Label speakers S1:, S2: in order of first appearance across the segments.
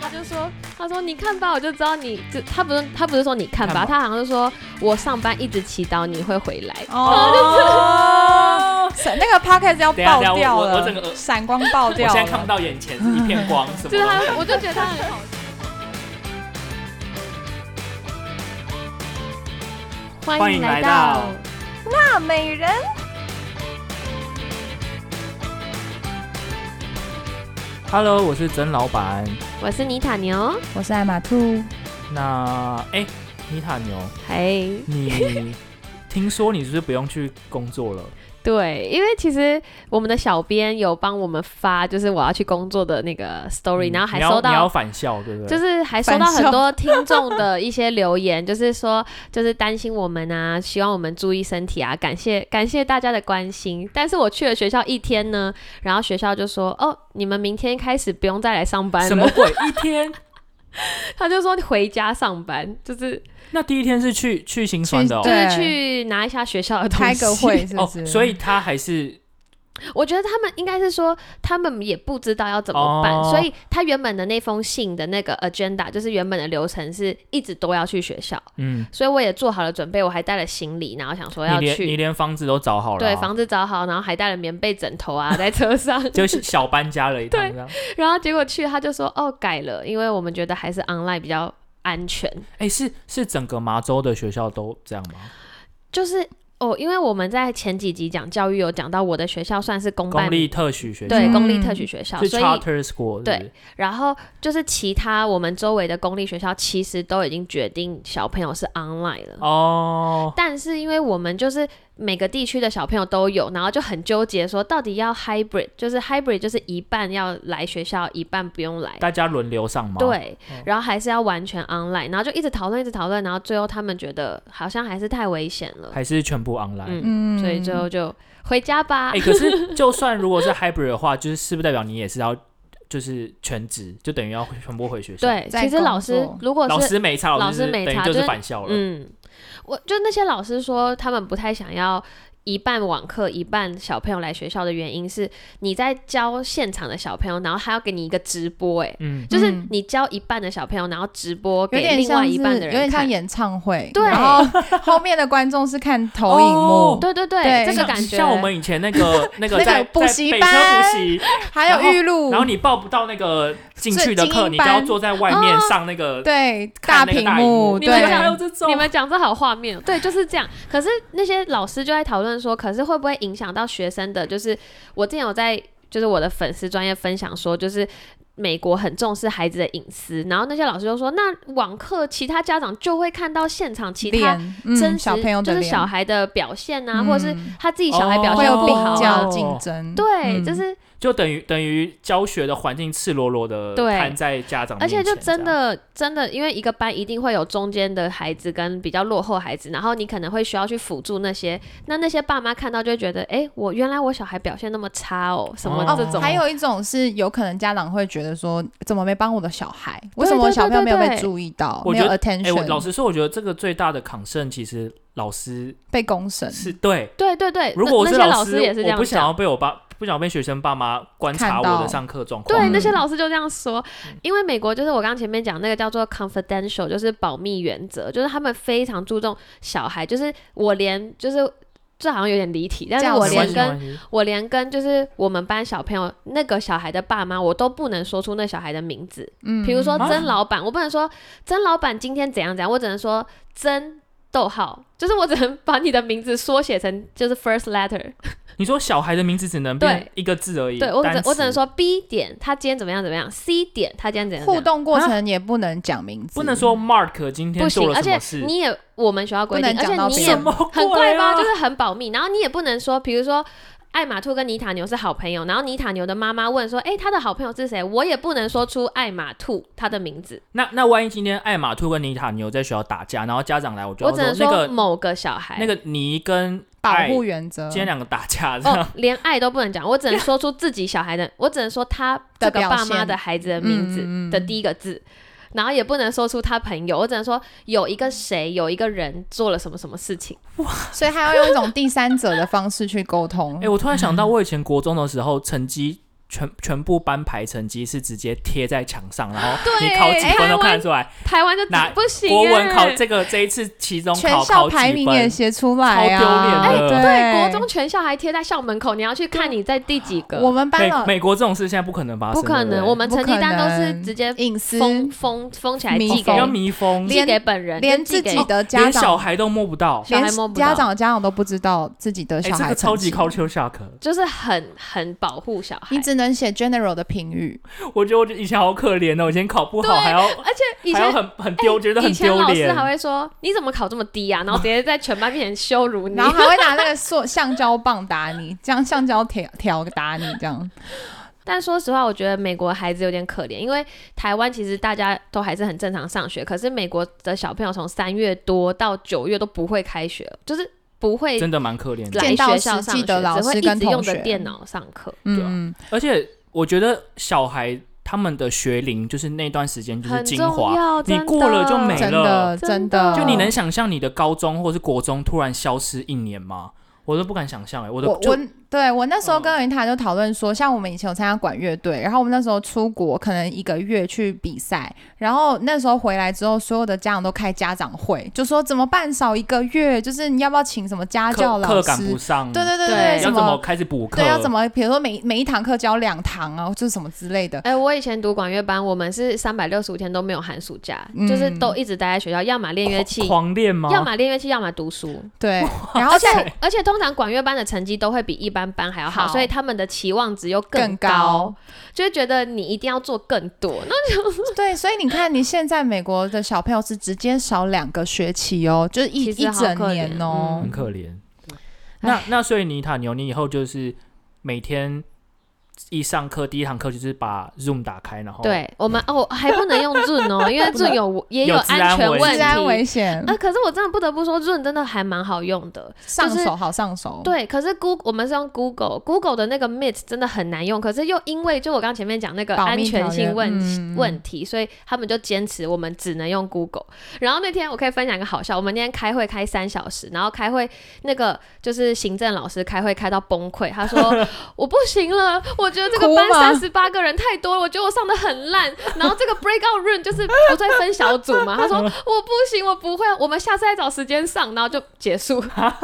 S1: 他就说，他说你看吧，我就知道你，就他不是他不是说你看吧，
S2: 看吧
S1: 他好像是说我上班一直祈祷你会回来。
S2: 哦
S3: 哦，闪那个 p o c a s t 要
S2: 等一下
S3: 爆
S2: 等一下
S3: 掉
S2: 我我
S3: 了，
S2: 我整个
S3: 闪光爆
S2: 我
S3: 掉
S2: 现
S3: 了。
S2: 在看不到眼前是一片光，什么
S1: 就是他
S2: 东西，
S1: 我就觉得他很好。欢迎来到
S2: 欢迎来
S3: 大美人，
S2: Hello，我是曾老板。
S1: 我是妮塔牛，
S3: 我是艾玛兔。
S2: 那哎，妮塔牛，
S1: 嘿，
S2: 你听说你是不是不用去工作了？
S1: 对，因为其实我们的小编有帮我们发，就是我要去工作的那个 story，、
S2: 嗯
S1: 然后还
S2: 你要
S1: 收
S2: 你要
S1: 到。
S2: 返校，对不对？
S1: 就是还收到
S3: 反
S1: 很
S3: 校
S1: 多听众的一些留言， 就是说，就是担心我们啊，希望我们注意身体啊，感谢感谢大家的关心。但是我去了学校一天呢，然后学校就说，哦，你们明天开始不用再来上班
S2: 什么
S1: 了，
S2: 鬼？一天？
S1: 他就说回家上班，就是
S2: 那第一天是去去新酸的
S1: 就
S2: 哦
S1: 是
S3: 对
S1: 去拿一下学校的东
S3: 开
S1: 西，
S3: 个会是不
S2: 哦
S3: 是？，
S2: 所以他还是
S1: 我觉得他们应该是说，他们也不知道要怎么办，
S2: 哦
S1: 所以他原本的那封信的那个 agenda，就是原本的流程是一直都要去学校，
S2: 嗯，
S1: 所以我也做好了准备，我还带了行李，然后想说
S2: 你
S1: 要
S2: 连你
S1: 去，
S2: 连房子都找好了啊、
S1: 对，房子找好，然后还带了棉被、枕头啊， 在车上，
S2: 就是小搬家了一趟
S1: 对
S2: 这样。
S1: 然后结果去他就说哦改了，因为我们觉得还是 online 比较安全，
S2: 哎、是是整个麻州的学校都这样吗？
S1: 就是哦，因为我们在前几集讲教育有讲到我的学校算是公办
S2: 公立特许学校
S1: 对
S3: 嗯
S1: 公立特许学校，
S2: 是
S1: 所以
S2: charter school，是不是
S1: 对，然后就是其他我们周围的公立学校，其实都已经决定小朋友是 online 了。
S2: 哦，
S1: 但是因为我们就是每个地区的小朋友都有，然后就很纠结说到底要 hybrid，就是 hybrid 就是一半要来学校，一半不用来。
S2: 大家轮流上吗？，
S1: 对
S2: 哦，
S1: 然后还是要完全 online，然后就一直讨论，一直讨论，然后最后他们觉得好像还是太危险了，
S2: 还是全部 online？哎、哎
S1: 嗯，
S3: 嗯
S1: 所以最后就回家吧。
S2: 可是就算如果是 hybrid 的话，就是是不是代表你也是要就是全职，就等于要全部回学校？，
S1: 对，
S3: 在
S1: 其实
S3: 工
S1: 老师
S3: 作
S1: 如果
S2: 老
S1: 是
S2: 师没差，
S1: 老
S2: 师
S1: 师
S2: 是
S1: 没
S2: 等于
S1: 差
S2: 就
S1: 就是
S2: 是返校了。
S1: 嗯，我就那些老师说，他们不太想要一半网课一半小朋友来学校的原因是，你在教现场的小朋友，然后还要给你一个直播、哎、
S2: 嗯
S1: 就是
S3: 嗯
S1: 你教一半的小朋友，然后直播
S3: 有
S1: 给
S3: 点
S1: 另外
S3: 像是
S1: 一半
S3: 有
S1: 的人
S3: 点像
S1: 看。
S3: 演唱会，
S1: 对
S3: 然后后面的观众是看投影幕
S2: 哦，
S1: 对对对，
S3: 对
S1: 这个
S2: 像
S1: 感觉
S2: 像我们以前 那个那个
S3: 那个
S2: 在
S3: 补
S2: 在
S3: 习
S2: 北车
S3: 班
S2: 补习，
S3: 还有预
S1: 嗯
S3: 录，
S2: 然后你报不到那个进
S3: 最
S2: 去的
S3: 精
S2: 课，
S3: 英
S2: 你都要
S3: 班
S2: 坐在外面
S1: 哦
S2: 上那个
S3: 对
S2: 看那个
S3: 屏
S2: 大荧
S3: 幕，
S2: 幕
S1: 你们
S3: 对，
S1: 还有
S2: 这种
S1: 你们讲这好画面哦，对，就是这样。可是那些老师就在讨论说，可是会不会影响到学生的？就是我之前有在，就是我的粉丝专业分享说，就是。美国很重视孩子的隐私，然后那些老师就说，那网课其他家长就会看到现场其他
S3: 脸
S1: 真实、
S3: 嗯、小朋友的
S1: 就是
S3: 脸
S1: 小孩的表现啊，
S3: 嗯哦
S1: 或者是他自己小孩表
S3: 会
S1: 现
S3: 有
S1: 不好、
S3: 比
S1: 啊
S3: 较竞争，
S1: 对，
S3: 嗯
S1: 就是
S2: 就等于等于教学的环境赤裸裸的
S1: 对
S2: 摊在家长
S1: 而
S2: 面前，
S1: 且就真
S2: 这样，
S1: 的真的，因为一个班一定会有中间的孩子跟比较落后孩子，然后你可能会需要去辅助那些，那那些爸妈看到就会觉得，哎、我原来我小孩表现那么差哦，什么
S2: 哦
S1: 这种，
S3: 还有一种是，有可能家长会觉得说，怎么没帮我的小孩？
S1: 对
S3: 为什么我小朋友没有
S1: 对对
S3: 被
S1: 对
S3: 注意到？
S2: 我
S3: 没
S2: 觉
S3: 有
S2: 得哎、我
S3: attention，、
S2: 老实说，我觉得这个最大的 concern 其实老师
S3: 被公审。
S2: 是对，
S1: 对对对，
S2: 如果我
S1: 嗯呃那
S2: 是
S1: 那些老
S2: 师，
S1: 也是这
S2: 我
S1: 样
S2: 不想要
S1: 讲。
S2: 被我爸不想要被学生爸妈观察
S3: 看
S2: 我
S3: 到
S2: 的上课状况，
S1: 对，
S3: 嗯
S1: 那些老师就这样说，
S2: 嗯
S1: 因为美国就是我刚刚前面讲那个叫做 confidential，就是保密原则，就是他们非常注重小孩，就是我连就是这好像有点离题，但是
S3: 教
S1: 我
S2: 嗯没关
S1: 连
S2: 系
S1: 跟
S2: 没关系
S1: 我连跟就是我们班小朋友那个小孩的爸妈，我都不能说出那小孩的名字。
S3: 嗯
S1: 比如说
S2: 啊
S1: 曾老板，我不能说曾老板今天怎样怎样，我只能说曾逗号，就是我只能把你的名字缩写成就是 first letter。
S2: 你说小孩的名字只能变
S1: 对
S2: 一个字而已，
S1: 对我只
S2: 单
S1: 我只能
S2: 词
S1: 说 B 点他今天怎么样怎么样，C 点他今天怎样怎
S3: 互
S1: 样。
S3: 动过程也不能讲名字，
S2: 不能说 Mark 今天
S1: 嗯不
S2: 做
S1: 行，
S2: 了
S1: 而
S2: 什么
S1: 且
S2: 事，
S1: 你也我们学校规
S3: 不
S1: 定，
S3: 能
S1: 而
S3: 讲
S1: 且
S3: 到
S1: 你
S3: 别
S1: 也
S2: 什
S3: 人
S2: 么
S1: 很怪吧？
S2: 啊
S1: 就是很保密。然后你也不能说，比如说艾玛兔跟妮塔牛是好朋友，然后妮塔牛的妈妈问说：“哎、他的好朋友是谁？”我也不能说出艾玛兔他的名字，
S2: 那那万一今天艾玛兔跟妮塔牛在学校打架，然后家长来，我就
S1: 我
S2: 要
S1: 只能
S2: 那
S1: 说嗯
S2: 个
S1: 某个小孩。
S2: 那个你跟
S3: 保
S2: 艾
S3: 护原则
S2: 今。天两个打架这样。
S1: 哦，连爱都不能讲，我只能说出自己小孩 的，我只能说他这个爸妈的孩子的名字
S3: 嗯嗯嗯
S1: 的第一个字。然后也不能说出他朋友，我只能说有一个谁，有一个人做了什么什么事情。
S3: 所以他要用一种第三者的方式去沟通
S2: 哎
S1: 哦嗯
S2: 哎、。我突然想到，我以前国中的时候成绩全全部班牌成绩是直接贴在墙上，然后
S1: 对哎
S2: 你考几分都看得出来。
S1: 台湾就
S2: 哪
S1: 不行、欸。
S2: 国文考这个这一次期中
S3: 全
S2: 考
S3: 校
S2: 考几
S3: 排名也
S2: 分？
S3: 写出来啊，
S2: 超丢脸的哎
S1: 对，国中全校还贴在校门口，你要去看你在第几个。
S3: 我们班
S2: 美
S3: 老
S2: 美国这种事现在不可能发
S1: 不
S2: 生，
S1: 可
S2: 对
S1: 能，
S2: 对
S1: 我们成绩单都是直接
S3: 隐私
S1: 封封封起来
S3: 密
S1: 寄给
S3: 封
S2: 哦要迷封，
S1: 寄给本人，
S3: 连
S1: 跟寄
S3: 自
S1: 给
S3: 己的家
S2: 连小
S3: 长，
S2: 孩都摸不到。
S1: 小孩摸
S3: 连
S1: 不到
S3: 家长的家长都不知道自己的
S2: 哎，
S3: 小
S2: 这
S3: 孩
S2: 个超
S3: 成
S2: 级
S3: 绩。
S2: culture shock。
S1: 就是很很保护小孩
S3: 你。只能写 general 的评语，
S2: 我觉得我以前好可怜哦，以前考不好
S1: 对
S2: 还要
S1: 而且以
S2: 还要
S1: 前
S2: 很很丢，觉得很
S1: 以前
S2: 丢
S1: 老师
S2: 脸。
S1: 还会说你怎么考这么低啊，然后直接在全班面前羞辱 你
S3: 然。后还会拿那个塑橡胶棒打你，这样橡胶条条打你，这样
S1: 但说实话，我觉得美国孩子有点可怜，因为台湾其实大家都还是很正常上学，可是美国的小朋友从三月多到九月都不会开学，就是不会
S2: 真的蛮可怜的。
S1: 来
S3: 见到
S1: 学校
S3: 实
S1: 上
S3: 际
S1: 学，
S3: 的老
S1: 只会
S3: 师
S1: 一
S3: 跟
S1: 直用
S3: 同
S1: 着
S3: 学
S1: 电脑上课。
S2: 啊
S3: 嗯，
S2: 而且我觉得小孩他们的学龄就是那段时间就是
S1: 很
S2: 精
S1: 重
S2: 华，
S1: 要，
S2: 你
S1: 真
S2: 过了就没
S3: 真
S2: 了
S3: 的
S1: 真
S3: 真
S1: 的
S3: 的，
S2: 哎就你能想象你的高中或是国中突然消失一年吗？我都不敢想象哎、我的
S3: 我
S2: 就
S3: 我对我那时候
S2: 嗯
S3: 跟云塔就讨论说，像我们以前有参加管乐队，然后我们那时候出国可能一个月去比赛，然后那时候回来之后，所有的家长都开家长会，就说怎么办少一个月，就是你要不要请什么家教
S2: 课课
S3: 老
S2: 赶不
S3: 师？
S2: 上，
S3: 对对对
S1: 对
S3: 对，
S2: 要
S3: 什
S2: 怎么开始补课？
S3: 对要怎么，比如说每每一堂课教两堂啊，就是什么之类的。
S1: 哎、我以前读管乐班，我们是三百六十五天都没有寒暑假，就是
S3: 嗯
S1: 都一直待在学校，要么练乐器，
S2: 狂练吗？
S1: 要么练乐器，要么读书。
S3: 对，然后
S1: 而且
S3: 在
S1: 而且通常管乐班的成绩都会比一般班还要好，
S3: 好
S1: 所以他们的期望值又
S3: 更
S1: 高，
S3: 高，
S1: 就会觉得你一定要做更多。那
S3: 对，所以你看，你现在美国的小朋友是直接少两个学期哦，就是一
S1: 其实
S3: 一
S1: 好
S3: 整
S1: 可怜
S3: 年哦
S1: 嗯
S2: 很，可怜。那那所以尼塔牛，你以后就是每天一上课第一堂课就是把 Zoom 打开，然后，
S1: 对我们哦，还不能用 Zoom 哦，因为 Zoom 有也
S2: 有治
S1: 安
S2: 安
S1: 全
S2: 危
S1: 问
S3: 治安危
S1: 题。
S3: 险，
S1: 啊，可是我真的不得不说，Zoom 真的还蛮好用的。
S3: 上
S1: 就是
S3: 手好上手，
S1: 对，可是 Google 我们是用 Google，Google 的那个 Meet 真的很难用，可是又因为就我刚前面讲那个
S3: 保密
S1: 安全
S3: 条
S1: 性
S3: 约
S1: 问、
S3: 嗯
S1: 问题，所以他们就坚持我们只能用 Google。然后那天我可以分享一个好笑，我们那天开会开三小时，然后开会那个就是行政老师开会开到崩溃，他说我不行了，我觉得这个
S3: 哭
S1: 班
S3: 吗
S1: 三十八个人太多了，我觉得我上的 很烂。然后这个 breakout room 就是不是会分小组嘛， 他说我不行，我不会，我们下次再找时间上，然后就结束。
S3: 啊，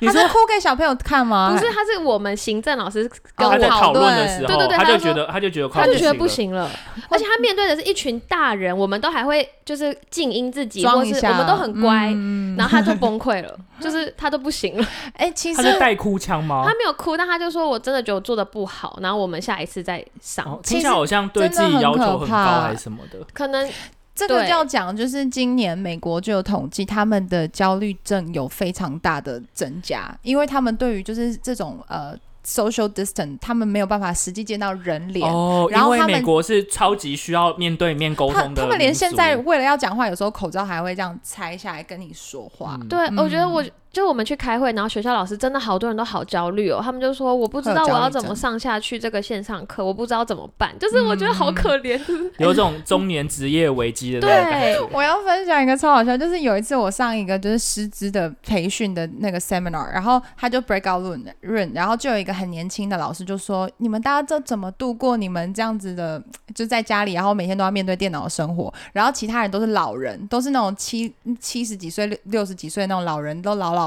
S2: 你
S3: 他
S2: 说
S3: 是哭给小朋友看吗？
S1: 不是，他是我们行政老师跟
S3: 哦
S2: 哦他在
S1: 我
S2: 讨论的时候，
S1: 对对对
S2: 他
S1: 他说
S2: 就觉得他就觉得快
S1: 他就觉得
S2: 了
S1: 不，行了，而且他面对的是一群大人，我们都还会就是静音自己，或
S3: 装一
S1: 是
S3: 下，
S1: 我们都很乖，
S3: 嗯
S1: 然后他就崩 溃了，就是他都不行了，
S3: 哎，其
S2: 他是
S3: 实
S2: 带哭腔吗
S1: 他？没有哭，但他就说我真的觉得我做的不好，然后我们下一次再上
S2: 哦，
S3: 其
S2: 听起来
S3: 实
S2: 好像对
S3: 真
S2: 自
S3: 的
S2: 己
S3: 很
S2: 要
S3: 可
S2: 求很高
S3: 怕
S2: 还是什么的。
S1: 可能
S3: 这个
S1: 对
S3: 就要讲，就是今年美国就有统计，他们的焦虑症有非常大的增加，因为他们对于就是这种呃 social distance，他们没有办法实际见到人脸。
S2: 哦，
S3: 然
S2: 因
S3: 后
S2: 为
S3: 他
S2: 美
S3: 们
S2: 国是超级需要面对面沟
S3: 他
S2: 通的
S3: 他们连
S2: 民
S3: 现
S2: 族嗯
S3: 在为了要讲话，有时候口罩还会这样拆下来跟你说话。
S2: 嗯
S1: 对我觉得我。就我们去开会，然后学校老师真的好多人都好焦虑哦，他们就说我不知道我要怎么上下去这个线上课，我不知道怎么办，就是我觉得
S3: 嗯
S1: 好可怜。
S2: 有种中年职业危机的那种感
S1: 对
S2: 觉。
S3: 我要分享一个超好笑，就是有一次我上一个就是师资的培训的那个 seminar，然后他就 breakout room room，然后就有一个很年轻的老师就说：“你们大家都怎么度过你们这样子的，就在家里，然后每天都要面对电脑的生活？然后其他人都是老人，都是那种七七十几岁、六六十几岁那种老人，都老老实。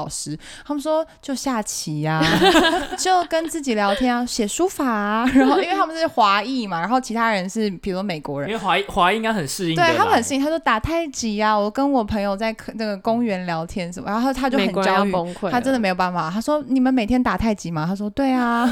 S3: 他们说就下棋呀、就跟自己聊天啊，写书法啊。然后因为他们是华裔嘛，然后其他人是比如说美国人
S2: 因。为华裔华裔应该很适应的啦，
S3: 对他们很适应，他说打太极啊，我跟我朋友在客那个公园聊天什么，然后他就
S1: 美
S3: 很
S1: 国人要
S3: 焦虑，
S1: 崩溃了，
S3: 他真的没有办法。他说你们每天打太极吗？他说对啊，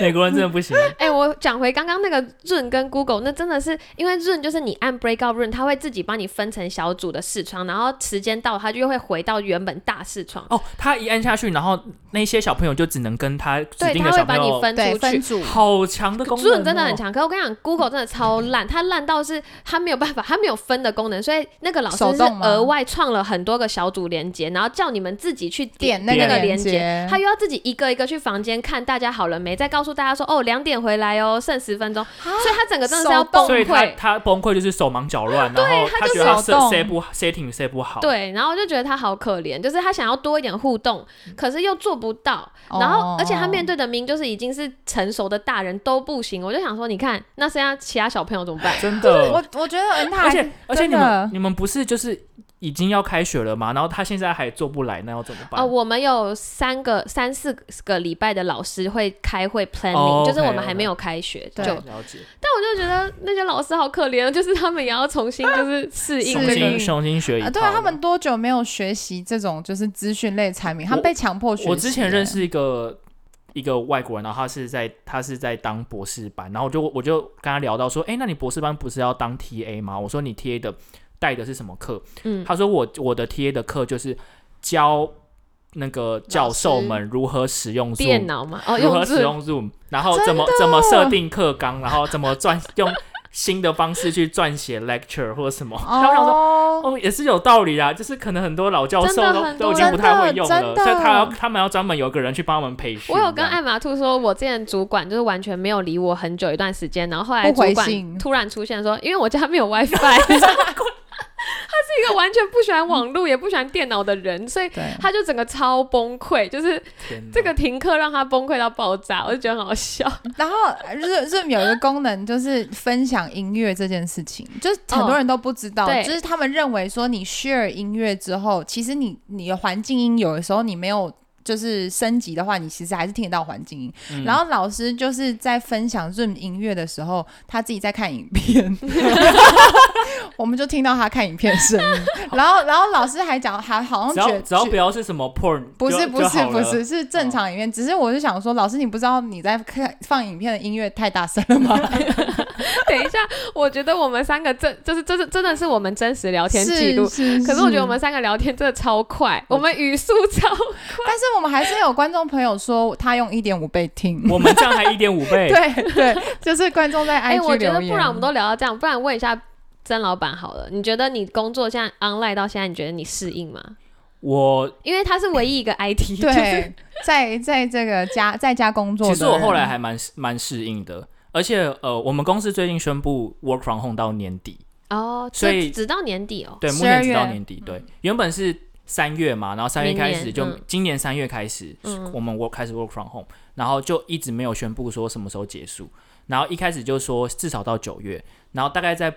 S2: 美国
S3: 嗯
S2: 人真的不行。
S1: 哎、我讲回刚刚那个 Zoom 跟 Google，那真的是因为 Zoom 就是你按 Breakout Room，它会自己帮你分成小组的视窗，然后时间到它就又会回到原本大视窗，
S2: 哦，他一按下去，然后那些小朋友就只能跟他指
S1: 对，
S2: 定
S1: 它
S2: 的
S1: 会
S2: 小
S1: 把
S2: 朋
S1: 你
S2: 友。
S1: 分
S3: 对
S1: 出
S3: 分
S1: 去。
S3: 组，
S2: 好强的功能、哦
S1: Zoom 真的很。强，可我跟你讲，Google 真的超烂，它烂到是它没有办法，它没有分的功能，所以那个老师
S3: 手
S1: 是
S3: 动吗
S1: 额外创了很多个小组连接，然后叫你们自己去点
S3: 点那个
S1: 个
S3: 连
S1: 接
S3: 接，
S1: 他又要自己一个一个去房间看大家好了没，再告诉大家说哦两点回来哦，剩十分钟，所以他整个真的是要
S3: 啊手动
S1: 崩
S2: 所以他
S1: 溃。
S2: 他崩溃就是手忙脚乱，然后他
S3: 就
S2: 觉得他
S3: 手
S2: set
S3: 动
S2: set 不 setting set 不好，
S1: 对，然后我就觉得他好可怜，就是他想要多一点互动，
S2: 嗯
S1: 可是又做不到。
S3: 哦
S1: 然后，而且他面
S3: 对
S1: 对的明明就是已经是成熟的大人都不行，我就想说，你看，那剩下其他小朋友怎么办？
S2: 真的。
S3: 我我觉得恩塔
S2: 而且而且你
S3: 真的
S2: 们你们不是就是已经要开学了吗？然后他现在还做不来，那要怎么办？
S3: 哦
S1: 呃，我们有三个、三四个礼拜的老师会开会 planning，、
S2: 哦
S1: 就是我们
S2: OK，OK
S1: 还没有开学就
S3: 对
S1: 但
S2: 了解，
S1: 我就觉得那些老师好可怜，就是他们也要重新就是适应
S2: 重
S1: 这个
S2: 新重新学一套
S3: 啊，
S2: 了。
S3: 对啊，他们多久没有学习这种就是资讯类产品？他们被强迫学习。
S2: 我之前认识一个一个外国人，然后他是在他是在当博士班，然后我就我就跟他聊到说，哎、那你博士班不是要当 TA 吗？我说你 TA 的带的是什么课？
S1: 嗯
S2: 他说我我的 TA 的课就是教那个教授们如何使用 Zoom
S1: 电脑嘛，哦，
S2: 如何
S1: 用
S2: 使
S1: 字
S2: 用 Zoom，然后
S3: 真
S2: 怎么
S3: 的哦
S2: 怎么设定课纲，然后怎么撰用新的方式去撰写 lecture 或什么。然后我想说，
S3: 哦，
S2: 哦，也是有道理啦，就是可能很多老教授
S1: 真的
S2: 都
S1: 很多
S2: 都已经不太会用
S3: 真
S2: 了，
S3: 的
S2: 所以他要他们要专门有个人去帮我们培训这
S1: 我
S2: 样。
S1: 有跟艾玛兔说，我之前主管就是完全没有理我很久一段时间，然后后来
S3: 不
S1: 主
S3: 回信
S1: 管突然出现说，因为我家没 有 WiFi，他是 一个完全不喜欢网络也不喜欢电脑的人，所以
S3: 对，
S1: 他就整个超崩溃，就是
S2: 天哪
S1: 这个停课让他崩溃到爆炸，我就觉得很好笑。
S3: 然后 Zoom Zoom 有一个功能就是分享音乐这件事情，就是很多人都不知道，
S1: 哦对
S3: 就是他们认为说你 share 音乐之后，其实你你的环境音有的时候你没有。就是升级的话，你其实还是听得到环境音。
S2: 嗯
S3: 然后老师就是在分享 Zoom 音乐的时候，他自己在看影 片，我们就听到他看影片的声 音。然后，然后老师还讲，还好像
S2: 只
S3: 觉
S2: 要
S3: 得
S2: 只要不要是什么 porn，
S3: 不
S2: 就是
S3: 不是不，
S2: 就好
S3: 是
S2: 了
S1: 嗯
S3: 是正常影片，只是我是想说，老师你不知道你在看放影片的音乐太大声了 吗？
S1: 等一下，我觉得我们三个真就是真的真的是我们真实聊天记录
S3: 是，是
S1: 可是我觉得我们三个聊天真的超快，我们语速超
S3: 但是我们还是有观众朋友说他用一点五倍听，
S2: 我们这样还一点五 倍，
S3: 对对，就是观众在
S1: 哎、
S3: IG
S1: 我觉得
S3: 留言，
S1: 不然我们都聊到这样，不然问一下曾老板好了，你觉得你工作现在 online 到现在，你觉得你适应吗？
S2: 我
S1: 因为他是唯一一个 IT，就是
S3: 对，在在这个家在家工作的
S2: 其
S3: 人，
S2: 实我后来还蛮蛮适应的，而且呃，我们公司最近宣布 work from home 到年底，
S1: 哦，
S2: 所以
S1: 就直到年底哦，
S2: 对，目
S3: 12
S2: 前直到
S3: 月
S2: 年底，对，原本是三月嘛，然后三月
S1: 嗯明
S2: 开
S1: 年
S2: 始就
S1: 嗯
S2: 今年三月开始，
S1: 嗯
S2: 我们 work 开始 work from home，然后就一直没有宣布说什么时候结束，然后一开始就说至少到九月，然后大概在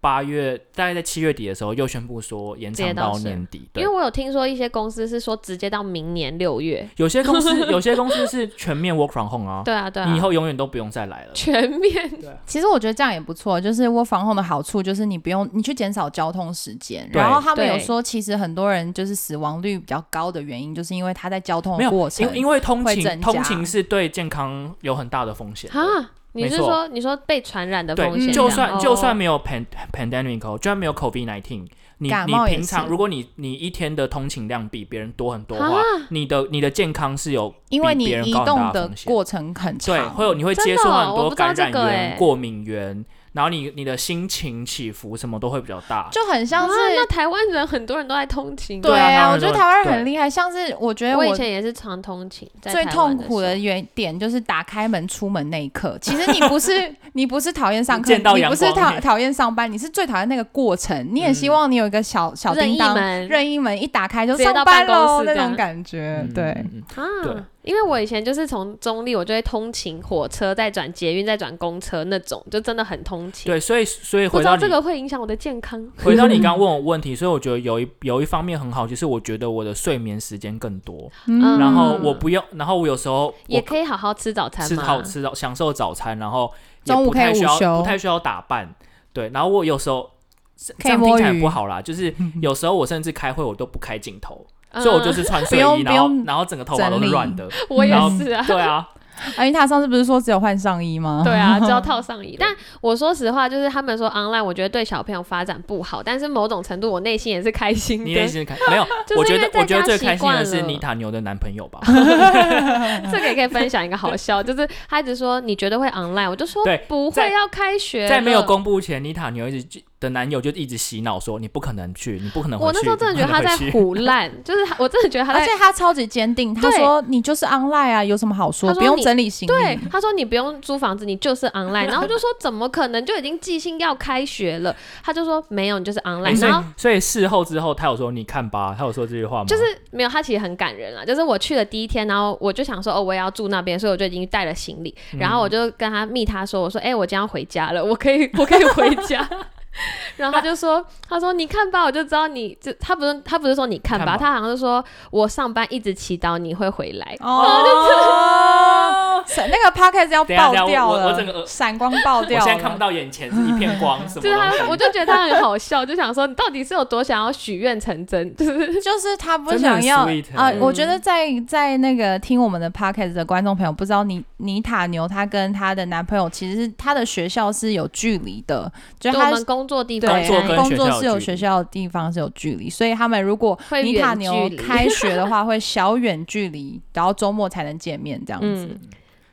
S2: 八月，大概在七月底的时候又宣布说延
S1: 直接
S2: 长
S1: 到
S2: 到
S1: 10
S2: 年底，
S1: 因
S2: 对
S1: 为，我有听说一些公司是说直接到明年六月，
S2: 有些公 司有些公司是全面 work from home 啊，
S1: 对啊对啊，
S2: 你以后永远都不用再来了。
S1: 全 面
S3: 其实我觉得这样也不错，就是 work from home 的好处就是你不用你去减少交通时间，
S2: 对
S3: 然后他们有
S1: 对
S3: 说，其实很多人就是死亡率比较高的原因，就是因为他在交通
S2: 没
S3: 的
S2: 有
S3: 过，程
S2: 因，因为通
S3: 会
S2: 勤
S3: 增
S2: 通
S3: 加
S2: 勤是对健康有很大的风险的。
S1: 啊，你
S2: 没
S1: 是
S2: 错
S1: 说你说被传染的
S2: 对，
S3: 嗯
S1: 风险这样，
S2: 就算就算
S1: 哦
S2: 没有 pan pandemic，哦就算没有 COVID nineteen，你
S3: 感
S2: 你
S3: 冒也
S2: 平常
S3: 是
S2: 如果你你一天的通勤量比别人多很多的话
S1: 啊，
S2: 你的你的健康是有
S3: 因为
S2: 比
S3: 你
S2: 别人
S3: 移
S2: 高很
S3: 动
S2: 大
S3: 的
S2: 风险
S3: 过程很长，
S2: 对，会有你会
S1: 真
S2: 接
S1: 的
S2: 触
S1: 哦
S2: 很
S1: 我
S2: 多
S1: 不知道
S2: 感
S1: 这
S2: 染
S1: 个
S2: 源、
S1: 欸
S2: 过敏源，然后你你的心情起伏什么都会比较大。
S3: 就很像
S1: 啊
S3: 是。，
S1: 那台湾人很多人都在通勤，
S2: 对啊
S3: 啊，
S2: 他们
S3: 我觉得
S2: 都
S3: 台湾人
S2: 对
S3: 很厉害。像是我觉得
S1: 我以
S3: 我
S1: 前也是常通勤，在
S3: 最
S1: 台
S3: 痛
S1: 湾
S3: 苦
S1: 的
S3: 的
S1: 时
S3: 原点就是打开门出门那一刻。其实你不 是你不是讨厌上课，
S2: 见到
S3: 你
S2: 阳
S3: 不是
S2: 光欸嗯
S3: 讨讨厌上班，你是最讨厌那个过程。你也希望你有一个小小
S1: 候任
S3: 叮
S1: 意
S3: 当，
S1: 门
S3: 任意门一打开就
S1: 直接
S3: 上
S1: 到
S3: 班
S1: 办公
S3: 喽
S1: 室
S3: 那
S1: 这样
S3: 种感觉
S2: 嗯，
S3: 对。
S2: 嗯嗯对
S1: 啊，因为我以前就是从中立，我就会通勤火车，再转捷运，再转公车那种，就真的很通勤。
S2: 对，所以所以
S1: 不
S2: 回
S1: 知
S2: 到
S1: 道
S2: 你
S1: 这个会影响我的健康。
S2: 回到你刚刚问我问题，所以我觉得有一有一方面很好，就是我觉得我的睡眠时间更多，
S1: 嗯
S2: 然后我不用，然后我有时候
S1: 也
S2: 我
S1: 可以好好吃早餐
S2: 吃
S1: 嘛。
S2: 好吃到享受早餐，然后也
S3: 中午
S2: 不太
S3: 可以
S2: 需
S3: 午
S2: 要
S3: 休
S2: 不太需要打扮，对。然后我有时候这
S3: 可以
S2: 这样听起来
S3: 摸鱼
S2: 不好 啦，就是有时候我甚至开会我都不开镜头，
S1: 嗯
S2: 所以我就是穿睡
S3: 不
S2: 衣，
S3: 用
S2: 然后
S3: 不用
S2: 然后整个头发都
S3: 整
S2: 是
S3: 理
S2: 乱的，
S1: 我也
S2: 然后
S1: 是啊。
S2: 对啊，
S3: 而且他上次不是说只有换上衣吗？
S1: 对 啊，只要套上衣。但我说实话，就是他们说 online，我觉得对小朋友发展不好，但是某种程度，我内心也是开心
S2: 你
S1: 的
S2: 内。心开没有？
S1: 就是
S2: 我觉
S1: 因为
S2: 得
S1: 在
S2: 我觉得
S1: 家
S2: 最
S1: 习
S2: 开心的
S1: 惯
S2: 是
S1: 了
S2: 妮塔牛的男朋友 吧，
S1: 这个也可以分享一个好 笑，就是他一直说你觉得会 online，我就说
S2: 对
S1: 不
S2: 在
S1: 会，要开学
S2: 在没有
S1: 了
S2: 公布前，妮塔牛一直的男友就一直洗脑说你不可能去，你不可能回去。
S1: 我那时候真的觉得他在
S2: 你不可能回去
S1: 胡乱，就是他我真的觉得他
S3: 而
S1: 在
S3: 且他超级坚定，他
S1: 对
S3: 说你就是 online 啊，有什么好说？
S1: 他说
S3: 不用
S1: 你
S3: 整理行李。
S1: 对，他说你不用租房子，你就是 online。然后我就说怎么可能，就已经寄信要开学了。他就说没有，你就是 online、
S2: 哎所
S1: 然后
S2: 以所以事后之后，他有说你看吧，他有说这句话吗？
S1: 就是没有，他其实很感人啦。就是我去了第一天，然后我就想说，哦，我也要住那边，所以我就已经带了行李，
S2: 嗯
S1: 然后我就跟他密他说，我说，哎、我今天要回家了，我可以，我可以回家。 然后他就说，他说你看吧，我就知道你，就他不是他不是说你看吧，
S2: 看吧
S1: 他好像是说我上班一直祈祷你会回来。
S2: 啊
S3: 哦， 闪哦那个 p o c a s t 要
S2: 等一下
S3: 爆
S2: 等一下
S3: 掉
S2: 我我
S3: 了，
S2: 我整个呃
S3: 闪光爆
S2: 我
S3: 掉
S2: 现
S3: 了。
S2: 在看不到眼前是一片光， 什么
S1: 就是
S2: 东西
S1: 他，我就觉得他很好笑，就想说你到底是有多想要许愿成真，就是
S3: 就是他不
S2: 真的
S3: 想
S2: 很
S3: 要
S2: sweet
S3: 啊、
S2: 欸
S3: 我觉得在在那个听我们的 podcast 的观众朋友，不知道尼尼塔牛她跟她的男朋友其实是她的学校是有距离的，就
S1: 就我
S3: 她
S1: 们工作地
S3: 对
S1: 方
S2: 工作跟
S3: 工作
S2: 学校
S3: 是
S2: 有
S3: 有
S2: 距
S3: 学
S2: 离
S3: 校的地方是有距离，所以他们如果
S1: 会
S3: 尼塔
S1: 远
S3: 牛
S1: 距离。
S3: 开学的话，会小远距离，然后周末才能见面这样子。
S1: 嗯，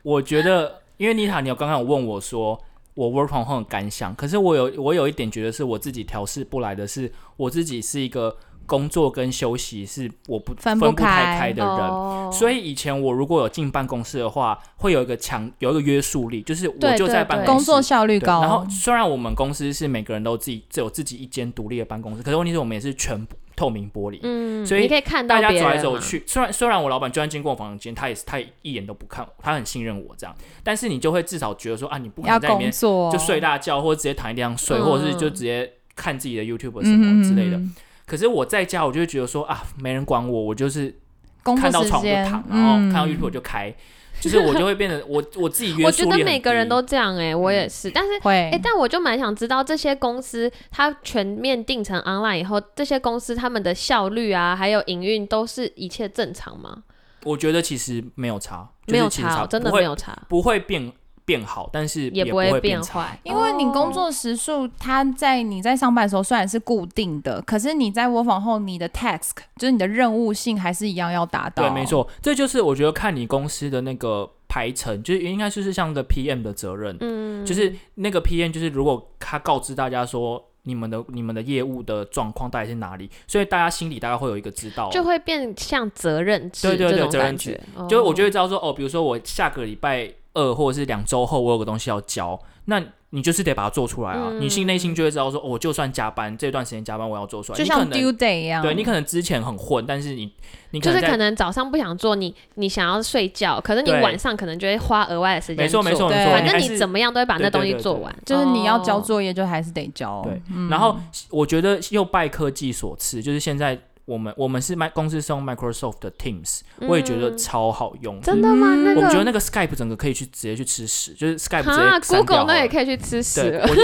S2: 我觉得，因为妮塔，你有刚刚有问我说我 work from home 的感想，可是我有我有一点觉得是我自己调试不来的是，我自己是一个工作跟休息是我不
S3: 分不
S2: 不
S3: 开
S2: 太开的人。
S1: 哦
S2: 所以以前我如果有进办公室的话，会有一个强有一个约束力，就是我
S1: 对
S2: 就在
S1: 对
S2: 办
S1: 对
S2: 公
S3: 工
S2: 室
S3: 作效率
S2: 对
S3: 高，哦
S2: 然后虽然我们公司是每个人都自己只有自己一间独立的办公室，可是问题是我们也是全透明玻璃，
S1: 嗯，
S2: 所以
S1: 你可以看到
S2: 大家
S1: 别
S2: 走
S1: 人
S2: 来走
S1: 嘛，
S2: 去，虽然虽然我老板就算经过我房间，他也是他也一眼都不看我，他很信任我这样，但是你就会至少觉得说啊，你不可
S3: 要
S2: 能在里
S3: 工
S2: 面
S3: 作哦
S2: 就睡大觉，或者直接躺在地上睡，
S1: 嗯
S2: 或者是就直接看自己的 YouTube 什
S3: 嗯哼
S2: 么之类的。
S3: 嗯哼
S2: 可是我在家，我就会觉得说啊，没人管我，我就是
S3: 工
S2: 看到
S3: 作时
S2: 床我就
S3: 间，
S2: 躺，然后看到
S3: 嗯
S2: YouTube 我就开，就是我就会变得我我自己约
S1: 我觉
S2: 束力
S1: 得
S2: 很
S1: 每个人
S2: 低嗯
S1: 都这样哎、我也是，但是
S3: 会
S1: 哎、但我就蛮想知道这些公司它全面定成 online 以后，这些公司他们的效率啊，还有营运都是一切正常吗？
S2: 我觉得其实没有差，就是
S1: 没有
S2: 其实
S1: 差哦、真的
S2: 不会
S1: 没有差，
S2: 不会变变好，但是
S1: 也
S2: 不
S1: 会
S2: 变差
S1: 坏，
S3: 因为你工
S1: 哦
S3: 作时数，它在你在上班的时候虽然是固定的，可是你在 work from home，你的 task 就是你的任务性还是一样要达到。
S2: 对，没。错，这就是我觉得看你公司的那个排程，就是应该就是像个 PM 的责任，
S1: 嗯，
S2: 就是那个 PM 就是如果他告知大家说你们的你们的业务的状况到底是哪里，所以大家心里大概会有一个知道。
S1: 就会变像责任制
S2: 对对对
S1: 这种
S2: 责任
S1: 感
S2: 制
S1: 觉，哦
S2: 就我就会知道说，哦，比如说我下个礼拜二或者是两周后，我有个东西要交，那你就是得把它做出来
S1: 嗯
S2: 啊。你心内心就会知道说，哦，我就算加班，这段时间加班我要做出来。
S3: 就
S2: 你可
S3: 像
S2: 能
S3: due day 一样，
S2: 对你可能之前很混，但是你你可
S1: 就
S2: 能
S1: 是
S2: 在
S1: 可能早上不想做，你你想要睡觉，可是你
S2: 对
S1: 晚上可能就会花额外的时间
S2: 没错没错
S1: 做
S2: 没
S3: 对
S2: 错，
S1: 反正
S2: 还
S1: 你
S2: 是
S1: 怎么样都会把那
S2: 对对
S1: 东西
S2: 对
S1: 做
S2: 对
S1: 完，
S3: 就是你要交
S1: 哦
S3: 作业就还是得交。
S2: 对
S3: 嗯
S2: 然后我觉得又拜科技所赐，就是现在我们我们是麦公司是用 Microsoft 的 Teams，我也觉得
S1: 嗯
S2: 超好用。
S1: 真的
S3: 嗯
S1: 吗？那
S2: 我
S1: 个
S2: 觉得那个 Skype 整个可以去直接去吃屎，就是 Skype 直
S1: 哈
S2: 接删掉
S1: ，Google 那也
S2: 以。
S1: 可以去吃屎
S2: 对，
S1: 了，
S2: 我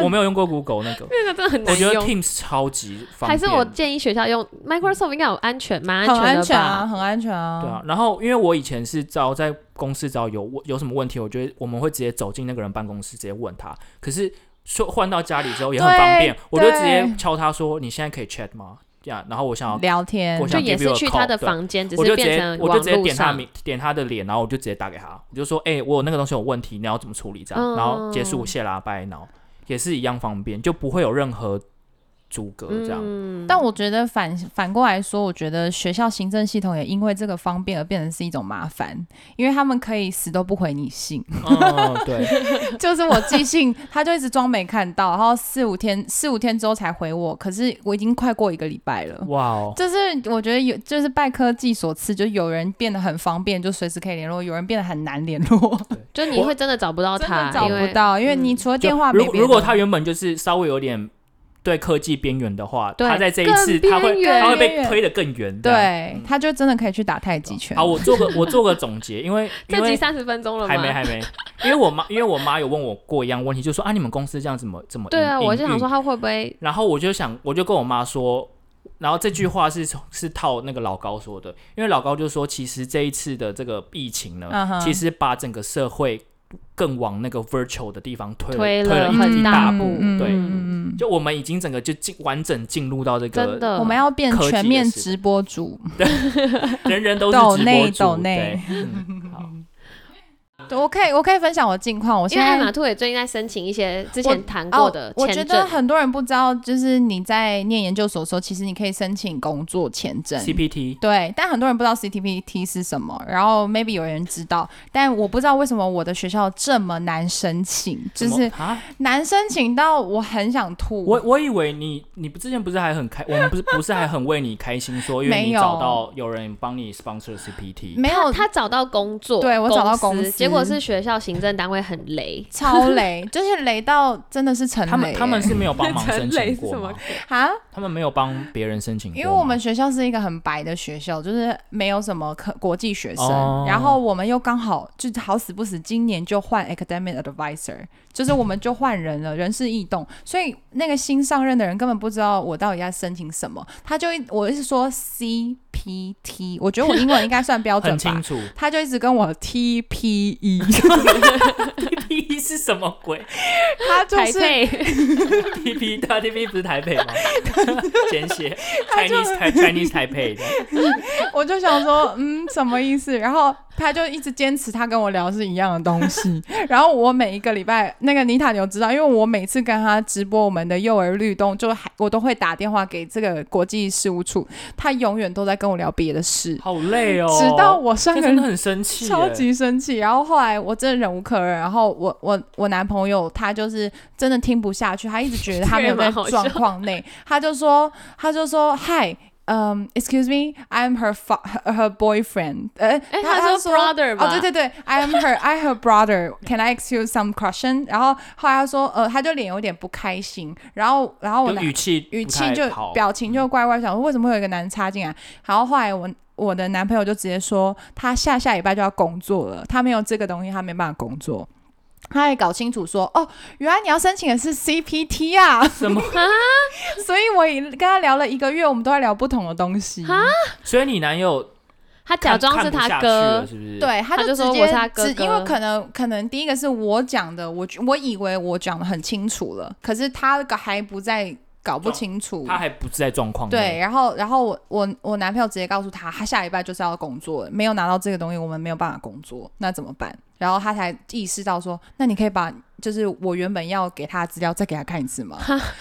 S2: 我我没有用过 Google 那个，
S1: 那个真的很
S2: 我
S1: 难
S2: 觉得
S1: 用。
S2: Teams 超级方便。嗯
S1: 还是我建议学校用 Microsoft 应该有安全，蛮
S3: 很
S1: 全
S3: 安
S1: 的
S3: 全
S1: 吧？
S3: 啊，很安全啊。
S2: 对啊，然后因为我以前是只要在公司只要有问有什么问题，我觉得我们会直接走进那个人办公室直接问他。可是说换到家里之后也很
S3: 对
S2: 方便，我就直接
S3: 对
S2: 敲他说：“你现在可以 chat 吗？”这样，然后我想要
S3: 聊天
S2: 我
S1: 就
S2: 想
S1: 也
S2: give you
S1: 是去
S2: a
S1: 他
S2: call，
S1: 的
S2: 对
S1: 房间，只
S2: 我
S1: 是
S2: 就直
S1: 变
S2: 接
S1: 成
S2: 我就
S1: 网
S2: 直接
S1: 络
S2: 点他
S1: 上
S2: 名。点他的脸，然后我就直接打给他，我就说，哎、我有那个东西有问题，你要怎么处理这样，然后结
S1: 嗯
S2: 束谢啦拜，然后也是一样方便，就不会有任何阻隔这样。
S1: 嗯
S3: 但我觉得反反过来说，我觉得学校行政系统也因为这个方便而变成是一种麻烦，因为他们可以死都不回你信，
S2: 哦，对，
S3: 就是我寄信，他就一直装没看到，然后四五天四五天之后才回我，可是我已经快过一个礼拜了。
S2: 哇 哦，
S3: 就是我觉得有，就是拜科技所赐，就有人变得很方便，就随时可以联络；有人变得很难联络，
S1: 就你会真的找不 到
S3: 真
S1: 哦他
S3: 的，找
S1: 因为嗯
S3: 不到，因为你除了电话
S2: 就
S3: 没
S2: 如
S3: 别的
S2: 如果他原本就是稍微有点对科技边缘的话，
S1: 对
S2: 他在这一次
S1: 更
S2: 他会
S1: 边缘
S2: 他会
S3: 边
S2: 被
S3: 缘
S2: 推得更远。这
S1: 嗯
S2: 样，
S3: 对，他就真的可以去打太极拳
S2: 好，。啊我做个我做个总结，因为 因
S1: 这
S2: 为
S1: 集三十分钟了吗？
S2: 还没还没，因为我妈因为我妈有问我过一样问题，就说啊你们公司这样怎么怎么
S1: 对啊，
S2: 营
S1: 我就
S2: 营
S1: 想
S2: 运
S1: 说他会不会
S2: 然后我就想，我就跟我妈说，然后这句话是从是套那个老高说的，因为老高就说，其实这一次的这个疫情呢
S3: 嗯哼
S2: 其实把整个社会更往那个 virtual 的地方推
S1: 推
S2: 了推
S1: 了
S2: 一
S1: 很
S2: 一
S1: 大
S2: 大
S1: 步嗯
S2: 对，
S3: 嗯嗯
S2: 就我们已经整个就进完整进入到这
S1: 真
S2: 个
S1: 的？
S3: 我们要变
S2: 科技的
S3: 全面
S2: 时代
S3: 直播主，
S2: 人人都是
S3: 抖
S2: 直
S3: 内
S2: 播主，
S3: 抖内
S2: 对，嗯好
S3: 对，我可以我可以分享我近况，我
S1: 因
S3: 现
S1: 为
S3: 在
S1: 爱马兔也最近在申请一些之
S3: 我
S1: 前谈过的
S3: 哦。我觉
S1: 签
S3: 得
S1: 证，
S3: 很多人不知道，就是你在念研究所的时候，其实你可以申请工作签证。
S2: CPT
S3: 对，但很多人不知道 CTPT 是什么，然后 maybe 有人知道，但我不知道为什么我的学校这么难申请，就
S2: 什
S3: 是
S2: 么啊，
S3: 难申请到我很想吐。
S2: 我我以为你你不之前不是还很开，我们不是不是还很为你开心说，因为
S3: 没
S2: 你
S3: 有
S2: 找到有人帮你 sponsor CPT，
S3: 没有
S1: 他找到工作，
S3: 哦对我找到公司
S1: 结果是学校行政单位很雷，
S3: 超雷，就是雷到真的是成雷欸。
S2: 他们他们是没有帮忙申
S1: 雷
S2: 请
S1: 是什
S2: 过
S1: 么
S2: 吗？
S3: 啊，
S2: 他们没有帮别人申请过吗，
S3: 因为我们学校是一个很白的学校，就是没有什么可国际学生，
S2: 哦
S3: 然后我们又刚好就好死不死，今年就换 academic advisor，就是我们就换人了，人事异动，所以那个新上任的人根本不知道我到底在申请什么，他就一我一直说 CPT，我觉得我英文应该算标准
S2: 很清
S3: 吧。
S2: 楚
S3: 他就一直跟我 E， TPE，
S2: ，TP 是什么鬼
S3: 他 就
S1: 台
S3: 是
S1: 配
S2: ？TP 对啊，TP 不是台北吗？简写 Chinese 台 Chinese 台北的，
S3: 我就想说，嗯，什么意思？然后他就一直坚持他跟我聊是一样的东西。 然后我每一个礼拜，那个妮塔牛知道，因为我每次跟他直播我们的幼儿律动，就还我都会打电话给这个国际事务处，他永远都在跟我聊别的事，
S2: 好累哦。
S3: 直到我上
S2: 这
S3: 个
S2: 真的很生气耶，
S3: 超级生气。然后后来我真的忍无可忍，然后我我我男朋友他就是真的听不下去，他一直觉得他没有
S1: 这个也
S3: 在
S1: 蛮好笑
S3: 状况内，他就说他就说嗨。嗯、e x c u s e me, I'm her fa her boyfriend 呃。
S1: 哎
S3: 他
S1: 他说
S3: 说
S1: brother 吧
S3: 哦，对对对，I'm her, I her brother. Can I excuse some question？然后后来他说，呃，他就脸有点不开心。然后，然后我
S2: 就
S3: 男
S2: 语气
S3: 语
S2: 不
S3: 气
S2: 太
S3: 就
S2: 好
S3: 表情
S1: 嗯
S3: 就怪怪，想说为什么会有一个男插进来？然后后来我我的男朋友就直接说，他下下礼拜就要工作了，他没有这个东西，他没办法工作。他也搞清楚说，哦，原来你要申请的是 CPT 啊，
S2: 什么？
S3: 所以我也跟他聊了一个月，我们都在聊不同的东西。
S1: 啊
S2: 所以你男友
S1: 他假
S2: 看
S1: 装是
S2: 看不下
S1: 他
S2: 去
S1: 哥
S2: 了，是不是？，
S3: 对，他
S1: 他就
S3: 直
S1: 说
S3: 接
S1: 我是他哥
S3: 只
S1: 哥
S3: 因为可能可能第一个是我讲的，我我以为我讲的很清楚了，可是他还不在搞
S1: 哦
S3: 不清楚。
S2: 他还不是在状况内
S3: 对，，然后，然后我我我男朋友直接告诉他，他下礼拜就是要工作了，没有拿到这个东西，我们没有办法工作，那怎么办？然后他才意识到说，那你可以把就是我原本要给他的资料再给他看一次吗？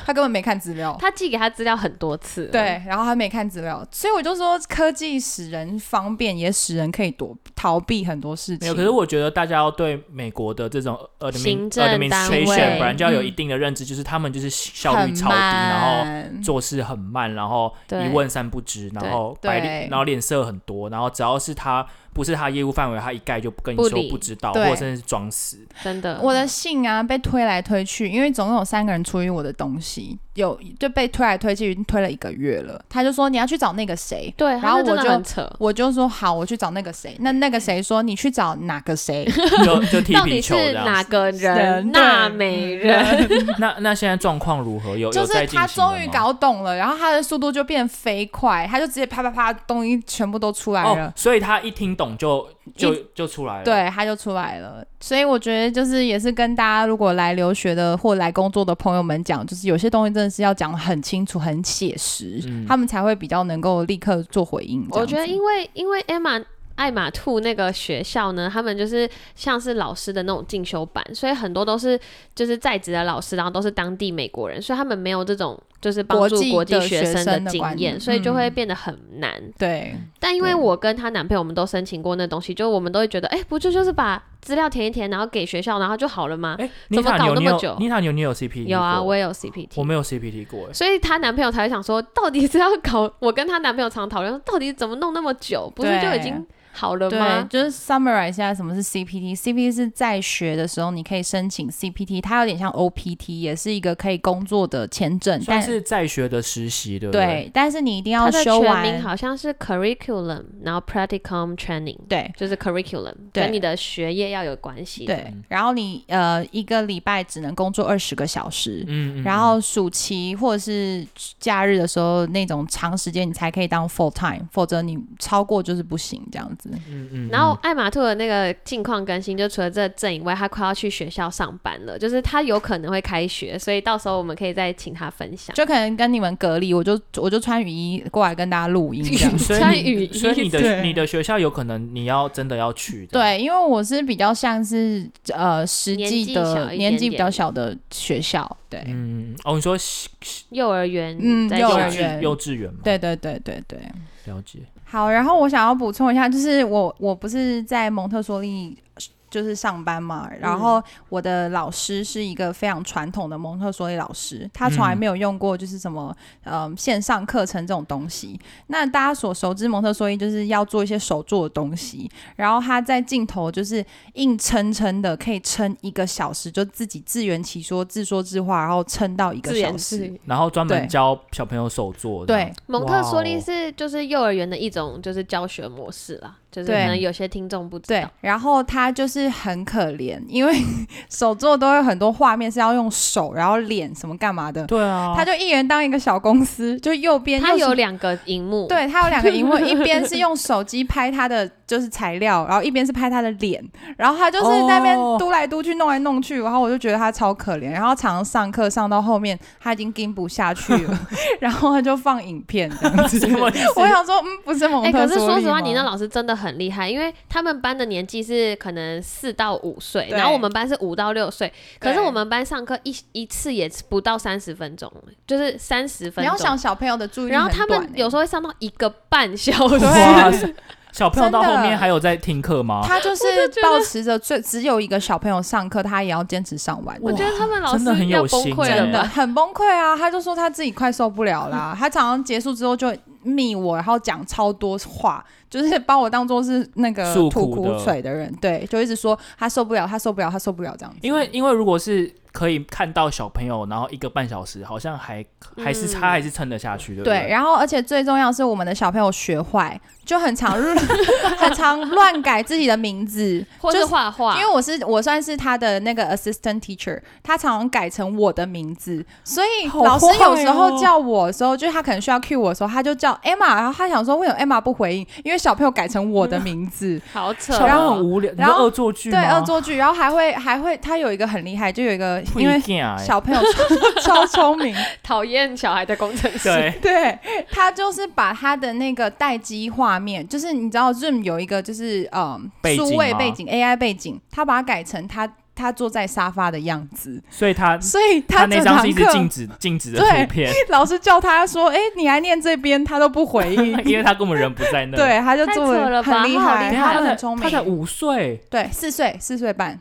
S3: 他根本没看资料。
S1: 他寄给他资料很多次，，
S3: 对，然后他没看资料，所以我就说，科技使人方便，也使人可以躲逃避很多事
S2: 没
S3: 情。
S2: 有。可是我觉得大家要对美国的这种 admin,
S1: 行政单位
S2: administration，不然就要有
S3: 嗯
S2: 一定的认知，就是他们就是效率
S3: 很慢，
S2: 超低，然后做事很慢，然后
S1: 嗯对
S2: 一问三不知，然后
S3: 对
S2: 白
S3: 对
S2: 脸，然后脸色很多，然后只要是他不是他业务范围，他一概就不跟你
S1: 不
S2: 说
S1: 理
S2: 不知道，或
S3: 对
S2: 者甚至是装死。
S1: 真的，
S3: 我的信啊被推来推去，因为总共有三个人出于我的东西，有就被推来推去，已经推了一个月了。他就说你要去找那个谁，
S1: 对，
S3: 然后
S1: 他真的
S3: 我就
S1: 很扯，
S3: 我就说好，我去找那个谁。那那个谁说你去找哪个谁？
S2: 就就踢
S1: 到底
S2: 皮球这
S1: 是
S2: 样
S1: 哪
S2: 子。
S1: 个人？
S3: 人对嗯
S1: 纳美人，
S2: 那那现在状况如何？ 有
S3: 就
S2: 有在
S3: 是
S2: 进
S3: 他
S2: 行了
S3: 终于
S2: 吗
S3: 搞懂了，然后他的速度就变飞快，他就直接啪啪啪，东西全部都出来了。
S2: 哦，所以他一听懂就就就出来了。
S3: 对，他就出来了。所以我觉得就是也是跟大家如果来留学的或来工作的朋友们讲，就是有些东西真的是要讲得很清楚、很写实，
S2: 嗯
S3: 他们才会比较能够立刻做回应。这
S1: 我
S3: 样
S1: 觉得
S3: 子
S1: 因为因为 Emma。爱马兔那个学校呢，他们就是像是老师的那种进修班，所以很多都是就是在职的老师，然后都是当地美国人，所以他们没有这种就是帮
S3: 国
S1: 助
S3: 际
S1: 国际
S3: 的
S1: 学
S3: 学
S1: 生
S3: 生的
S1: 经
S3: 观
S1: 验，
S3: 念
S1: 所以就会
S3: 嗯
S1: 变得很难。
S3: 对
S1: 但因为
S3: 对
S1: 我跟她男朋友，我们都申请过那东西，就我们都会觉得，哎、不就就是把资料填一填，然后给学校，然后就好了吗？
S2: 哎，妮
S1: 怎么
S2: 塔
S1: 搞
S2: 牛
S1: 那
S2: 你
S1: 么
S2: 有
S1: 久
S2: 妮塔牛你有 CPT
S1: 有啊，
S2: 过
S1: 我也有 CPT，
S2: 我没有 CPT 过哎。
S1: 所以她男朋友才会想说，到底是要搞？我跟她男朋友常讨论，到底怎么弄那么久？不是就
S3: 对
S1: 已经好了
S3: 对
S1: 吗，？
S3: 就是 summarize 一下什么是 CPT。CPT 是在学的时候你可以申请 CPT，它有点像 OPT，也是一个可以工作的签证，
S2: 算
S3: 但
S2: 是在学的实习，对不对？
S3: 对，但是你一定要
S1: 她的
S3: 修
S1: 全名
S3: 完。
S1: 好像是 curriculum，然后 practicum training，
S3: 对，
S1: 就是 curriculum
S3: 对
S1: 跟你的学业要有关系。
S3: 对，
S2: 嗯
S3: 然后你呃一个礼拜只能工作二十个小时，
S2: 嗯，嗯
S3: 然后暑期或者是假日的时候那种长时间你才可以当 full time，否则你超过就是不行这样子。
S1: 啊
S2: 嗯嗯
S1: 然后艾玛兔的那个近况更新，就除了这阵以外，他快要去学校上班了，就是他有可能会开学，所以到时候我们可以再请他分享。
S3: 就可能跟你们隔离，我就我就穿雨衣过来跟大家录音这样
S2: 所以
S1: 穿
S2: 你
S1: 雨衣
S2: 所以 你的
S3: 对
S2: 你的学校有可能你要真的要去的，
S3: 对，因为我是比较像是呃实际的
S1: 年纪小一点点
S3: 年纪比较小的学校，对，
S2: 嗯，哦，你说西西
S1: 幼儿园，
S3: 嗯
S1: 在
S3: 幼
S1: 家
S3: 儿园
S2: 幼稚园吗？，
S3: 对对对对对。
S2: 了解。
S3: 好，然后我想要补充一下，就是我我不是在蒙特梭利就是上班
S1: 嗯
S3: 嘛，然后我的老师是一个非常传统的蒙特梭利老师，他从来没有用过就是什么嗯、呃线上课程这种东西。那大家所熟知蒙特梭利就是要做一些手做的东西，然后他在镜头就是硬撑撑的，可以撑一个小时，就自己自圆其说、自说自话，然后撑到一个
S1: 自
S3: 小
S1: 言
S3: 时
S1: 自。语。
S2: 然后专门
S3: 对
S2: 教小朋友手做这样，
S3: 对，
S1: 蒙特梭利
S2: 哇哦
S1: 是就是幼儿园的一种就是教学模式啦，就是可
S3: 对
S1: 能有些听众不知
S3: 对
S1: 道，，
S3: 然后他就是很可怜，因为 手作都有很多画面是要用手，然后脸什么干嘛的，
S2: 对啊，
S3: 他就一人当一个小公司，就右边
S1: 它
S3: 又是
S1: 有两个荧幕，，
S3: 对他有两个荧 幕，一边是用手机拍他的就是材料，然后一边是拍他的脸，然后他就是在那边
S2: 哦
S3: 嘟来嘟去，弄来弄去，然后我就觉得他超可怜，然后常常上课上到后面他已经跟不下去 了，然后他就放影片这样子
S2: 什么意思。
S3: 我想说，嗯，不是蒙
S1: 哎、
S3: 特梭利
S1: 可是说实话，
S3: 吗
S1: 你那老师真的很厉害，因为他们班的年纪是可能四到五岁，
S3: 对
S1: 然后我们班是五到六岁，可是
S3: 对
S1: 我们班上课一一次也不到三十分钟，就是三十分
S3: 你要
S1: 钟
S3: 想。小朋友的注意力
S1: 然
S3: 很
S1: 后
S3: 短欸，
S1: 他们有时候会上到一个半小时，
S3: 啊
S2: 哇塞，小朋友到
S3: 真
S2: 后
S3: 的
S2: 面还有在听课吗？
S3: 他就是
S1: 觉得
S3: 保持着最只有一个小朋友上课，他也要坚持上完，
S1: 我觉得他们老师
S2: 真的很有
S1: 要崩
S2: 心
S1: 溃
S2: 哎
S1: 了
S3: 真的
S1: 吧？
S3: 很崩溃啊！他就说他自己快受不了 啦，他常常结束之后就密我，然后讲超多话，就是把我当做是那个
S2: 诉
S3: 吐
S2: 苦
S3: 苦
S2: 的
S3: 水的人，对，就一直说他受不了，他受不了，他受不了这样子。
S2: 因为因为如果是可以看到小朋友，然后一个半小时，好像还还是
S1: 嗯
S2: 他还是撑得下去，对不
S3: 对，？然后而且最重要是，我们的小朋友学坏，就很常 很常乱改自己的名字，
S1: 或
S3: 就是
S1: 画画，
S3: 因为我是我算是他的那个 assistant teacher，他常常改成我的名字，所以
S2: 好
S3: 老师
S2: 坏
S3: 有时
S2: 哦
S3: 候叫我的时候，就是他可能需要 cue 我的时候，他就叫 Emma，然后他想说为什么 Emma 不回应，因为小朋友改成我的名 字，
S1: 好扯
S2: 小朋
S1: 哦，
S2: 友很无聊，你
S3: 然后
S2: 说恶作剧
S3: 对，
S2: 吗？
S3: 恶作剧，然后还会还会，他有一个很厉害，就有一个
S2: 不一
S3: 因为
S2: 定啊，
S3: 小朋友超 超聪明，
S1: 讨厌小孩的工程师，
S2: 对，
S3: 对他就是把他的那个待机画面，就是你知道 Zoom 有一个就是嗯
S2: 背景
S3: 数位
S2: 吗
S3: 背景 AI 背景，他把它改成他他坐在沙发的样子。
S2: 所以他
S3: 所以
S2: 他
S3: 他
S2: 那
S3: 整
S2: 张
S3: 堂
S2: 是一直静
S3: 课
S2: 止静止的
S3: 对
S2: 图片，
S3: 老师叫他说：“哎、你还念这边？”他都不回 应。
S2: 因为他根本人不在那。，
S3: 对，他就做
S1: 太扯
S3: 得
S1: 了吧
S3: 很厉
S1: 他好
S3: 害，
S1: 厉
S2: 他
S1: 害
S2: 才
S3: 们很聪
S2: 他才
S3: 明。
S2: 五岁，
S3: 对，四岁，四岁半，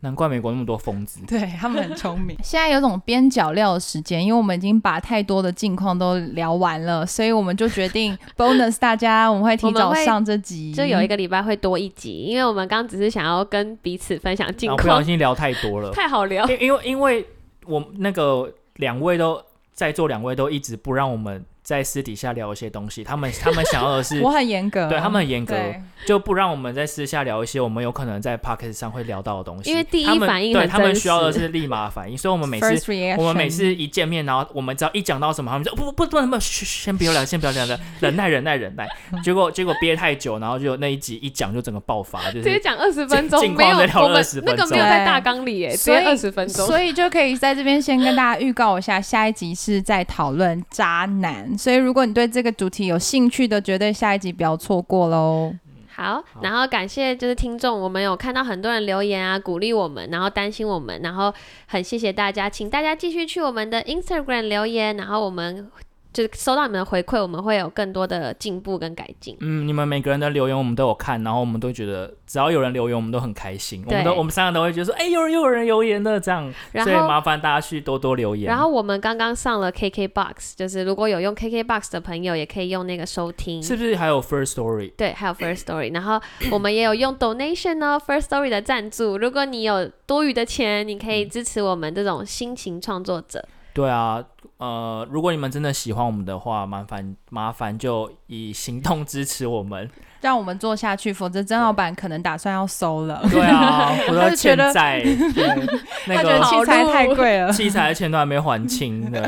S2: 难怪美国那么多疯子。
S3: 对他们很聪 明。现在有种边角料的时间，因为我们已经把太多的近况都聊完了，所以我们就决定 bonus 大家，我们会提
S1: 我们
S3: 早
S1: 会
S3: 上这集。
S1: 就有一个礼拜会多一集，因为我们刚刚只是想要跟彼此分享近
S2: 然后不小
S1: 况，
S2: 心聊太多了，
S1: 太好聊。
S2: 因因为因为我那个两位都在座，两位都一直不让我们在私底下聊一些东西，他们他们想要的是
S3: 我。很严格，
S2: 对他们很严格，
S3: 对
S2: 就不让我们在私下聊一些我们有可能在 p o c k e t 上会聊到的东西。
S1: 因为第一
S2: 他们
S1: 反应
S2: 对
S1: 很
S2: 他们
S1: 真
S2: 需要的
S1: 实
S2: 是立马反应，所以我们每次
S3: first reaction，
S2: 我们每次一见面，然后我们只要一讲到什么，他们就哦不不不能不能，嘘嘘先不要聊，先不要聊，忍耐忍耐忍耐。结果结果憋太久，然后就那一集一讲就整个爆发，就
S1: 直接
S2: 是
S1: 讲二十分钟
S2: 近，
S1: 没有
S2: 近况再聊
S1: 我们
S2: 20
S1: 那个
S2: 分钟
S1: 没有在大纲里耶，直
S3: 所以
S1: 接二十分钟。
S3: 所以就可以在这边先跟大家预告一下，下一集是在讨论渣男，所以如果你对这个主题有兴趣的，绝对下一集不要错过喽。
S1: 好，然后感谢就是听众，我们有看到很多人留言啊，鼓励我们，然后担心我们，然后很谢谢大家，请大家继续去我们的 Instagram 留言，然后我们就是收到你们的回馈，我们会有更多的进步跟改进。
S2: 嗯，你们每个人的留言我们都有看，然后我们都觉得只要有人留言，我们都很开心，我们都
S1: 对
S2: 我们三个都会觉得说，哎、有人又有人留言的这样，
S1: 然
S2: 所以
S1: 后。
S2: 麻烦大家去多多留言。
S1: 然后我们刚刚上了 KKBOX，就是如果有用 KKBOX 的朋友，也可以用那个收听。
S2: 是不是还有 First Story？
S1: 对，还有 First Story，然后我们也有用 donation 哦，First Story 的赞助。如果你有多余的钱，你可以支持我们这种新型创作者。
S2: 对啊，呃，如果你们真的喜欢我们的话，麻烦麻烦就以行动支持我们。
S3: 让我们做下去，否则曾老板可能打算要收了。
S2: 对啊，我
S3: 他
S2: 的
S3: 就觉
S2: 欠
S3: 得
S2: 债，对那
S3: 他觉得
S2: 个
S3: 器材太贵了。
S2: 器材的钱都还没还清，对。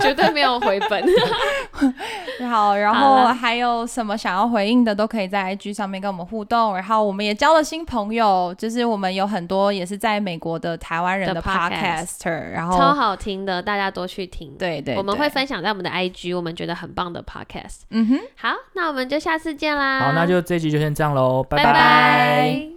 S1: 绝对没有回本。
S3: 好，然
S1: 好
S3: 后
S1: 了
S3: 还有什么想要回应的，都可以在 IG 上面跟我们互动。然后我们也交了新朋友，就是我们有很多也是在美国的台湾人
S1: 的
S3: 的
S1: podcast
S3: podcaster，然
S1: 超
S3: 后
S1: 好听的，大家多去听。
S3: 对对，
S1: 我们
S3: 对
S1: 会分享在我们的 IG，我们觉得很棒的 podcast。
S3: 嗯哼。
S1: 好，那我们就下次见啦。
S2: 好，那就这集就先这样喽，拜
S1: 拜
S3: 拜
S1: 拜